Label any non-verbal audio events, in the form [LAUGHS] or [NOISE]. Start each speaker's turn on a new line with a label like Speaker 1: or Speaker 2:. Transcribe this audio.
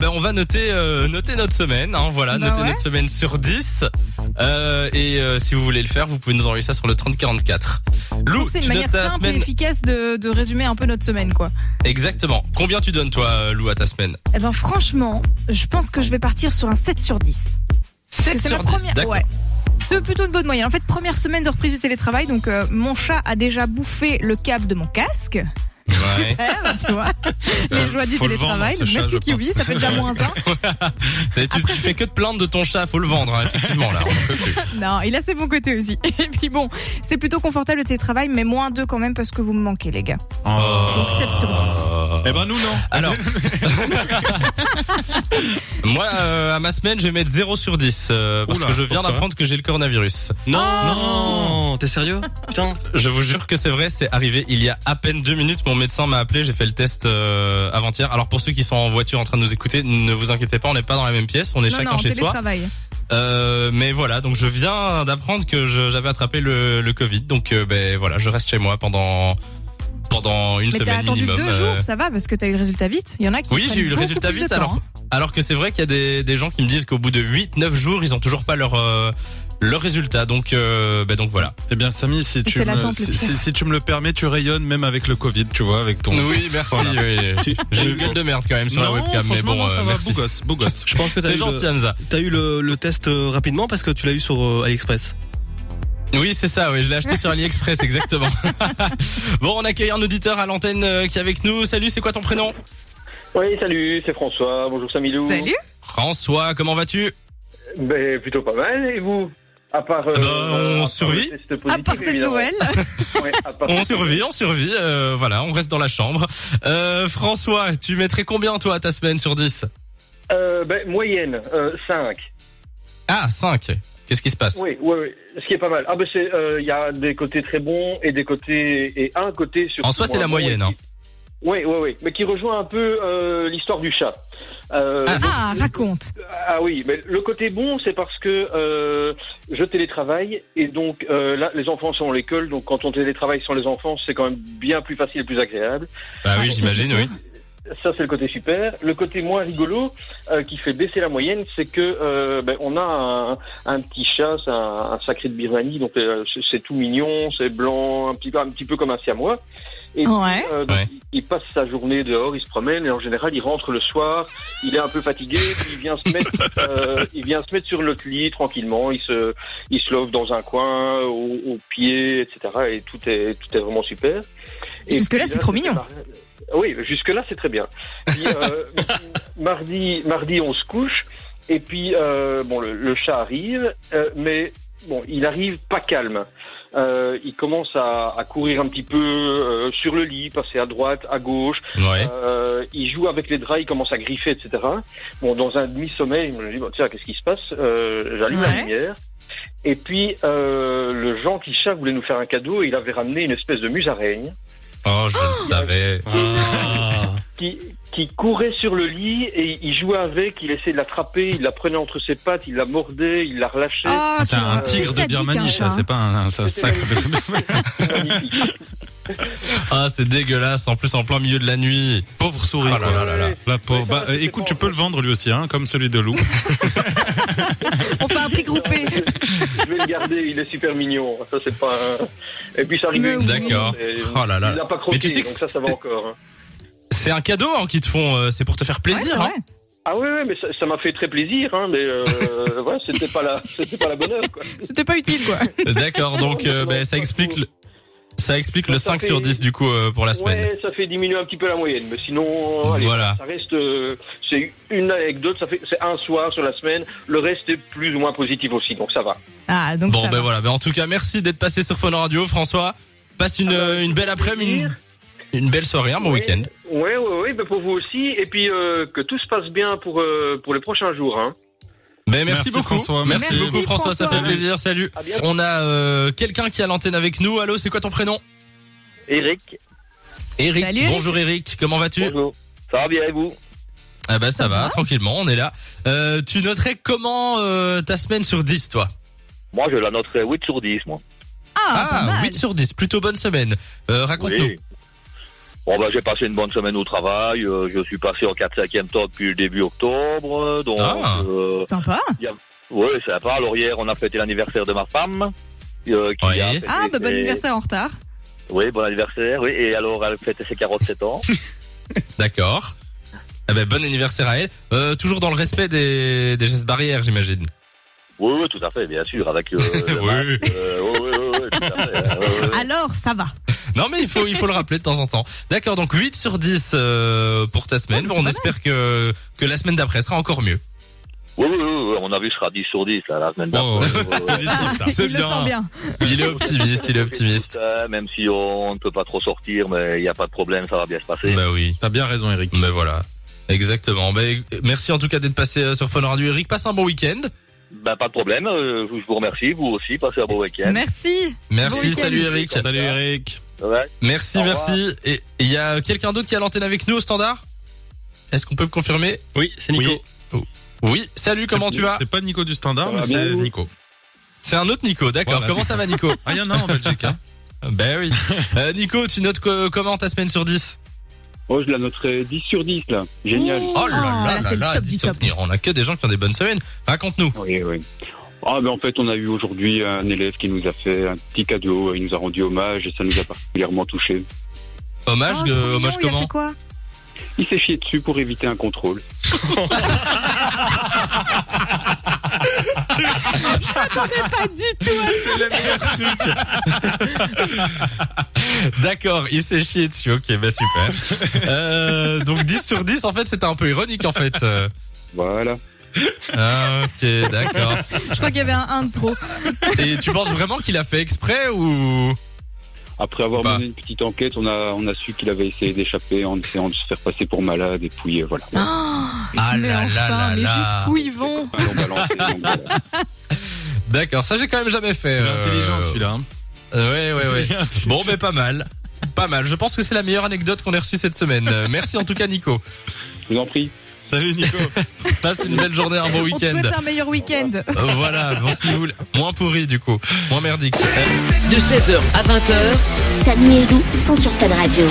Speaker 1: Ben, on va noter euh, noter notre semaine, hein, voilà,
Speaker 2: Bah
Speaker 1: noter
Speaker 2: ouais.
Speaker 1: notre semaine sur 10. Euh, et euh, si vous voulez le faire, vous pouvez nous envoyer ça sur le 3044. Lou,
Speaker 2: C'est
Speaker 1: tu
Speaker 2: une manière
Speaker 1: notes ta
Speaker 2: simple et
Speaker 1: semaine
Speaker 2: efficace de, de résumer un peu notre semaine, quoi.
Speaker 1: Exactement. Combien tu donnes toi, euh, Lou, à ta semaine
Speaker 2: Eh ben, franchement, je pense que je vais partir sur un 7 sur 10.
Speaker 1: 7
Speaker 2: C'est ma
Speaker 1: sur 10,
Speaker 2: première.
Speaker 1: d'accord.
Speaker 2: Ouais. C'est plutôt une bonne moyenne. En fait, première semaine de reprise du télétravail, donc euh, mon chat a déjà bouffé le câble de
Speaker 1: [LAUGHS]
Speaker 2: mon casque. [LAUGHS]
Speaker 1: Ouais.
Speaker 2: Ah, tu vois,
Speaker 3: Euh,
Speaker 2: les joies du
Speaker 3: faut le
Speaker 2: télétravail.
Speaker 3: vendre, ce chat,
Speaker 2: Merci
Speaker 3: je
Speaker 2: Kiwi, ça fait déjà
Speaker 1: [LAUGHS]
Speaker 2: moins un.
Speaker 1: Et tu, tu fais que de plaindre de ton chat, faut le vendre, hein, effectivement
Speaker 2: [LAUGHS]
Speaker 1: là. on en peut plus.
Speaker 2: Non, il a ses bons côtés aussi. [LAUGHS] Et puis bon, c'est plutôt confortable le télétravail, mais moins 2 quand même parce que vous me manquez, les gars.
Speaker 3: Oh.
Speaker 2: Donc
Speaker 1: Ah.
Speaker 2: 7 sur 10.
Speaker 3: Eh ben nous non.
Speaker 2: [LAUGHS]
Speaker 1: Alors, moi, euh, à ma semaine, je vais mettre 0 sur 10 euh, parce
Speaker 3: Oula,
Speaker 1: que je viens
Speaker 3: pourquoi
Speaker 1: d'apprendre que j'ai le coronavirus.
Speaker 4: Non,
Speaker 2: Oh.
Speaker 4: non, t'es sérieux Putain.
Speaker 1: Je vous jure que c'est vrai, c'est arrivé il y a à peine deux minutes. Mon médecin m'a appelé, j'ai fait le test euh, avant-hier. Alors pour ceux qui sont en voiture en train de nous écouter, ne vous inquiétez pas, on n'est pas dans la même pièce, on est
Speaker 2: Non,
Speaker 1: chacun
Speaker 2: non,
Speaker 1: chez soi.
Speaker 2: télétravail.
Speaker 1: Euh, mais voilà, donc je viens d'apprendre que je- j'avais attrapé le, le Covid, donc euh, ben voilà, je reste chez moi pendant pendant une
Speaker 2: Mais t'as
Speaker 1: semaine
Speaker 2: attendu
Speaker 1: minimum.
Speaker 2: deux
Speaker 1: euh,
Speaker 2: jours, ça va, parce que t'as eu le résultat vite. Il y en a qui
Speaker 1: Oui,
Speaker 2: prennent
Speaker 1: j'ai eu le
Speaker 2: beaucoup
Speaker 1: résultat
Speaker 2: plus de
Speaker 1: vite,
Speaker 2: temps,
Speaker 1: alors.
Speaker 2: hein.
Speaker 1: Alors que c'est vrai qu'il y a des, des gens qui me disent qu'au bout de 8-9 jours, ils ont toujours pas leur euh, leur résultat. Donc euh, ben donc voilà.
Speaker 3: Eh bien Samy, si tu
Speaker 2: c'est
Speaker 3: me,
Speaker 2: l'attente, le
Speaker 3: si,
Speaker 2: pire.
Speaker 3: si- si tu me le permets, tu rayonnes même avec le Covid, tu vois, avec ton.
Speaker 1: Oui, merci.
Speaker 3: Voilà.
Speaker 1: oui. J'ai une gueule de merde quand même sur
Speaker 3: Non,
Speaker 1: la webcam, mais
Speaker 3: franchement,
Speaker 1: bon,
Speaker 3: non, ça
Speaker 1: euh,
Speaker 3: va,
Speaker 1: merci.
Speaker 3: beau gosse, beau gosse.
Speaker 4: Je pense que t'as
Speaker 1: C'est
Speaker 4: eu,
Speaker 1: gentil,
Speaker 4: le,
Speaker 1: Hamza.
Speaker 4: t'as eu le, le test euh, rapidement parce que tu l'as eu sur euh, AliExpress.
Speaker 1: Oui, c'est ça, oui, je l'ai acheté sur AliExpress,
Speaker 4: [LAUGHS]
Speaker 1: exactement. bon, on accueille un auditeur à l'antenne euh, qui est avec nous. Salut, c'est quoi ton prénom
Speaker 5: Oui, salut, c'est François. Bonjour Samilou.
Speaker 2: Salut.
Speaker 1: François, comment vas-tu
Speaker 5: Ben, plutôt pas mal, et vous À part. euh,
Speaker 1: Ah bah, on
Speaker 5: à part le
Speaker 1: survit.
Speaker 5: test positif,
Speaker 2: À part cette
Speaker 5: évidemment.
Speaker 2: nouvelle,
Speaker 5: Ouais, à
Speaker 1: [LAUGHS]
Speaker 5: part
Speaker 1: On
Speaker 5: cette
Speaker 1: survit, on survit, euh, voilà, on reste dans la chambre. Euh, François, tu mettrais combien toi à ta semaine sur 10
Speaker 5: nouvelle. Euh, ben, moyenne, 5.
Speaker 1: Ah, 5. Qu'est-ce qui se passe
Speaker 5: Oui, oui, oui. Ce qui est pas mal. Ah, ben, c'est. Il y a des côtés très bons et des côtés. Et un côté sur.
Speaker 1: En soi, c'est la moyenne, hein.
Speaker 5: Oui, oui, oui. Mais qui rejoint un peu euh, l'histoire du chat. Euh,
Speaker 1: Ah.
Speaker 2: ah, raconte.
Speaker 5: Ah oui, mais le côté bon, c'est parce que euh, je télétravaille et donc euh, là, les enfants sont à l'école, donc quand on télétravaille sans les enfants, c'est quand même bien plus facile et plus agréable.
Speaker 1: Bah
Speaker 2: Ah,
Speaker 1: oui,
Speaker 2: c'est
Speaker 1: j'imagine,
Speaker 2: sûr.
Speaker 1: oui.
Speaker 5: Ça, c'est le côté super. Le côté moins rigolo, euh, qui fait baisser la moyenne, c'est que euh, ben, on a un, un petit chat, c'est un, un sacré de Birmanie, donc euh, c'est- c'est tout mignon, c'est blanc, un petit, peu- un petit peu comme un siamois. Et
Speaker 2: Ouais.
Speaker 5: euh, donc,
Speaker 1: Ouais.
Speaker 5: il- Il passe sa journée dehors, il se promène et en général il rentre le soir, il est un peu fatigué, puis il vient se mettre, euh, il vient se mettre sur notre lit tranquillement, il se, il se love dans un coin, au, au pied, etc. Et tout est, tout est vraiment super.
Speaker 2: Jusque-là,
Speaker 5: puis
Speaker 2: c'est trop mignon.
Speaker 5: par- Oui, jusque là c'est très bien. Puis, euh, [LAUGHS] mardi, mardi on se couche et puis euh, bon le, le chat arrive, euh, mais bon il arrive pas calme. Euh, il commence à, à courir un petit peu euh, sur le lit, passer à droite, à gauche.
Speaker 1: Ouais.
Speaker 5: Euh, il joue avec les draps, il commence à griffer, etc. Bon, dans un demi-sommeil, je me dis, bon, tiens, qu'est-ce qui se passe Euh, J'allume
Speaker 2: Ouais.
Speaker 5: la lumière. Et puis, euh, le Jean qui chat voulait nous faire un cadeau et il avait ramené une espèce de musaraigne
Speaker 1: Oh, je le savais.
Speaker 4: Ah.
Speaker 5: qui, qui courait sur le lit et il jouait avec, il essayait de l'attraper, il la prenait entre ses pattes, il la mordait, il la relâchait.
Speaker 2: Ah,
Speaker 3: C'est un
Speaker 2: c'est-
Speaker 3: tigre
Speaker 2: c'est
Speaker 3: de
Speaker 2: sadique, hein, un
Speaker 3: Birmanie,
Speaker 2: chat,
Speaker 3: ça. C'est pas un, un- c'est un sacre de.
Speaker 1: [LAUGHS]
Speaker 5: Magnifique.
Speaker 1: Ah, c'est dégueulasse, en plus en plein milieu de la nuit.
Speaker 3: Pauvre souris.
Speaker 1: Ah là là là là.
Speaker 3: La pauvre.
Speaker 5: Ouais,
Speaker 3: Bah,
Speaker 5: ça,
Speaker 3: euh,
Speaker 5: c'est
Speaker 3: écoute,
Speaker 5: bon,
Speaker 3: tu peux
Speaker 5: ouais.
Speaker 3: le vendre lui aussi, hein, comme celui [LAUGHS] de Lou.
Speaker 2: On fait un prix groupé.
Speaker 5: Je vais le garder, il est super mignon. Ça, c'est pas un- Et puis, ça
Speaker 2: Mais
Speaker 5: arrivait.
Speaker 2: oui.
Speaker 1: D'accord.
Speaker 5: Et
Speaker 1: Oh là là.
Speaker 5: Il l'a pas croqué,
Speaker 1: Mais tu sais que
Speaker 5: donc ça, ça va
Speaker 1: c'est-
Speaker 5: encore. hein.
Speaker 1: C'est un cadeau hein, qu'ils te font, euh, c'est pour te faire
Speaker 2: Ouais, c'est
Speaker 1: plaisir. hein.
Speaker 2: vrai.
Speaker 5: Ah oui, mais ça ça m'a fait très plaisir, hein, mais euh, [LAUGHS] ouais, c'était pas la, c'était pas la bonne heure. Quoi.
Speaker 2: C'était pas utile, quoi.
Speaker 1: D'accord,
Speaker 5: [LAUGHS]
Speaker 1: donc euh, ben, ça explique le, ça explique le
Speaker 5: Ça
Speaker 1: 5
Speaker 5: fait-
Speaker 1: sur 10 du coup euh, pour la semaine.
Speaker 5: Ouais, ça fait diminuer un petit peu la moyenne, mais sinon, allez,
Speaker 1: Voilà.
Speaker 5: ça reste, euh, c'est une anecdote, ça fait, c'est un soir sur la semaine, le reste est plus ou moins positif aussi, donc ça va.
Speaker 2: Ah, donc
Speaker 1: Bon
Speaker 2: ça
Speaker 1: ben
Speaker 2: va.
Speaker 1: voilà, ben en tout cas merci d'être passé sur Fun Radio François. Passe une,
Speaker 5: Ah bah,
Speaker 1: euh, une belle après-midi,
Speaker 5: plaisir.
Speaker 1: une, une belle soirée, un bon
Speaker 5: Ouais,
Speaker 1: week-end.
Speaker 5: Ouais, ouais, ouais, ben pour vous aussi, et puis euh, que tout se passe bien pour euh, pour les prochains jours. Hein.
Speaker 1: Ben merci,
Speaker 3: Merci,
Speaker 1: beaucoup
Speaker 3: François.
Speaker 1: Merci,
Speaker 2: Merci,
Speaker 1: beaucoup François, ça fait
Speaker 2: François.
Speaker 1: plaisir. Salut.
Speaker 5: À bientôt.
Speaker 1: On a euh, quelqu'un qui est à l'antenne avec nous. Allô, c'est quoi ton prénom
Speaker 5: Eric,
Speaker 1: Eric.
Speaker 2: Salut, Eric.
Speaker 1: Bonjour Eric, comment vas-tu
Speaker 5: bonjour. Ça va bien et vous
Speaker 1: Ah bah ça,
Speaker 2: Ça
Speaker 1: va,
Speaker 2: va
Speaker 1: tranquillement, on est là. Euh, tu noterais comment euh, ta semaine sur 10 toi
Speaker 5: Moi, je la noterai 8 sur 10, moi.
Speaker 2: Ah, pas mal.
Speaker 1: 8 sur 10, plutôt bonne semaine. Euh, Raconte-nous.
Speaker 5: Oui.
Speaker 6: Bon, ben, j'ai passé une bonne semaine au travail. euh, je suis passé en 4-5e temps depuis le début octobre. Donc,
Speaker 1: Ah.
Speaker 6: euh,
Speaker 2: Sympa.
Speaker 6: ouais, c'est sympa. Alors, hier, on a fêté l'anniversaire de ma femme. euh, qui
Speaker 1: Ouais.
Speaker 6: a fêté
Speaker 2: Ah, bah, bon
Speaker 6: ses-
Speaker 2: anniversaire en retard.
Speaker 6: Oui, bon anniversaire. Oui, et alors, elle fêtait ses 47 ans.
Speaker 1: D'accord. Eh ben, bon anniversaire à elle. Euh, toujours dans le respect des, des gestes barrières, j'imagine.
Speaker 6: Oui, oui, tout à fait, bien sûr, avec. Euh, le
Speaker 1: Oui.
Speaker 6: masque, euh, oui, oui, oui, oui, tout à fait. euh, oui, oui.
Speaker 2: Alors, ça va.
Speaker 1: Non, mais il faut, il faut le rappeler de temps en temps. D'accord, donc 8 sur 10 euh, pour ta semaine.
Speaker 2: Ouais, mais
Speaker 1: bon,
Speaker 2: c'est
Speaker 1: on
Speaker 2: pas
Speaker 1: espère que, que la semaine d'après sera encore mieux.
Speaker 6: Oui, oui, oui, oui, à mon avis, ce sera 10 sur 10 là, la semaine
Speaker 3: Oh.
Speaker 6: d'après. Oui, oui, oui.
Speaker 1: Positif, ça.
Speaker 2: Il le sent bien.
Speaker 1: Il est optimiste, il est optimiste.
Speaker 6: Euh, Même si on ne peut pas trop sortir, mais il n'y a pas de problème, ça va bien se passer.
Speaker 1: Bah oui.
Speaker 3: T'as bien raison, Eric.
Speaker 1: Mais voilà. Exactement. Ben, merci en tout cas d'être passé euh, sur Fun Radio. Eric, passe un bon week-end.
Speaker 6: Ben, pas de problème, euh, je vous remercie, vous aussi, passez un bon week-end.
Speaker 2: Merci. Bon
Speaker 1: Merci,
Speaker 2: week-end.
Speaker 1: salut Eric.
Speaker 3: Salut, Eric.
Speaker 6: Ouais.
Speaker 1: Merci,
Speaker 6: Au
Speaker 1: merci. Et il y a quelqu'un d'autre qui a l'antenne avec nous au standard Est-ce qu'on peut me confirmer
Speaker 4: Oui, c'est Nico.
Speaker 1: Oui. Oh. Oui, salut, comment tu vas
Speaker 3: C'est pas Nico du
Speaker 5: Ça
Speaker 3: standard, mais
Speaker 5: va bien,
Speaker 3: c'est
Speaker 5: vous
Speaker 3: Nico.
Speaker 1: C'est un autre Nico, d'accord.
Speaker 3: Voilà,
Speaker 1: comment
Speaker 3: c'est
Speaker 1: ça va Nico
Speaker 3: Ah, il y en a un en Belgique. hein.
Speaker 1: [LAUGHS] Ben oui. Euh, Nico, tu notes quoi- comment ta semaine sur 10
Speaker 5: Oh, je la noterai 10 sur 10, là. Génial.
Speaker 2: Ouh, là, Ah, c'est le top
Speaker 1: 10
Speaker 2: du
Speaker 1: sur
Speaker 2: top.
Speaker 1: 10. On a que des gens qui ont des bonnes semaines. Raconte-nous.
Speaker 5: Oui, oui. Ah, ben en fait, on a eu aujourd'hui un élève qui nous a fait un petit cadeau. Il nous a rendu hommage et ça nous a particulièrement touché.
Speaker 1: Hommage,
Speaker 2: Oh,
Speaker 1: euh,
Speaker 2: trop mignon,
Speaker 1: hommage
Speaker 2: il a fait
Speaker 1: comment
Speaker 2: quoi
Speaker 5: Il s'est fié dessus pour éviter un contrôle.
Speaker 2: Pas du tout.
Speaker 1: C'est le meilleur truc. [LAUGHS] D'accord, il s'est chié dessus. Ok, bah super. Euh, donc 10 sur 10, en fait, c'était un peu ironique, en fait. Euh,
Speaker 5: Voilà.
Speaker 1: ah, ok, d'accord.
Speaker 2: Je crois qu'il y avait un 1 de trop.
Speaker 1: Et tu penses vraiment qu'il a fait exprès ou
Speaker 5: Après avoir
Speaker 1: Bah.
Speaker 5: mené une petite enquête, on a, on a su qu'il avait essayé d'échapper en essayant de se faire passer pour malade. Et puis, euh, voilà.
Speaker 1: Ah
Speaker 2: mais
Speaker 1: là là
Speaker 2: enfin,
Speaker 1: là
Speaker 2: mais
Speaker 1: là.
Speaker 2: jusqu'où ils vont
Speaker 5: Ils l'ont balancé, donc voilà.
Speaker 1: D'accord, ça j'ai quand même jamais fait.
Speaker 3: Il est
Speaker 1: euh,
Speaker 3: intelligent, celui-là. hein.
Speaker 1: Euh, ouais, ouais, ouais.
Speaker 3: Il est intelligent.
Speaker 1: Bon, mais pas mal. Pas mal. Je pense que c'est la meilleure anecdote qu'on ait reçue cette semaine. Euh, Merci en tout cas, Nico.
Speaker 5: Je vous en prie.
Speaker 3: Salut, Nico.
Speaker 1: Passe une belle journée, un bon
Speaker 2: On te
Speaker 1: week-end.
Speaker 2: souhaite un meilleur week-end.
Speaker 1: Euh, Voilà, bon, si vous voulez. Moins pourri, du coup. Moins merdique.
Speaker 7: de 16h à 20h.
Speaker 8: Samy et Lou sont sur Fan Radio.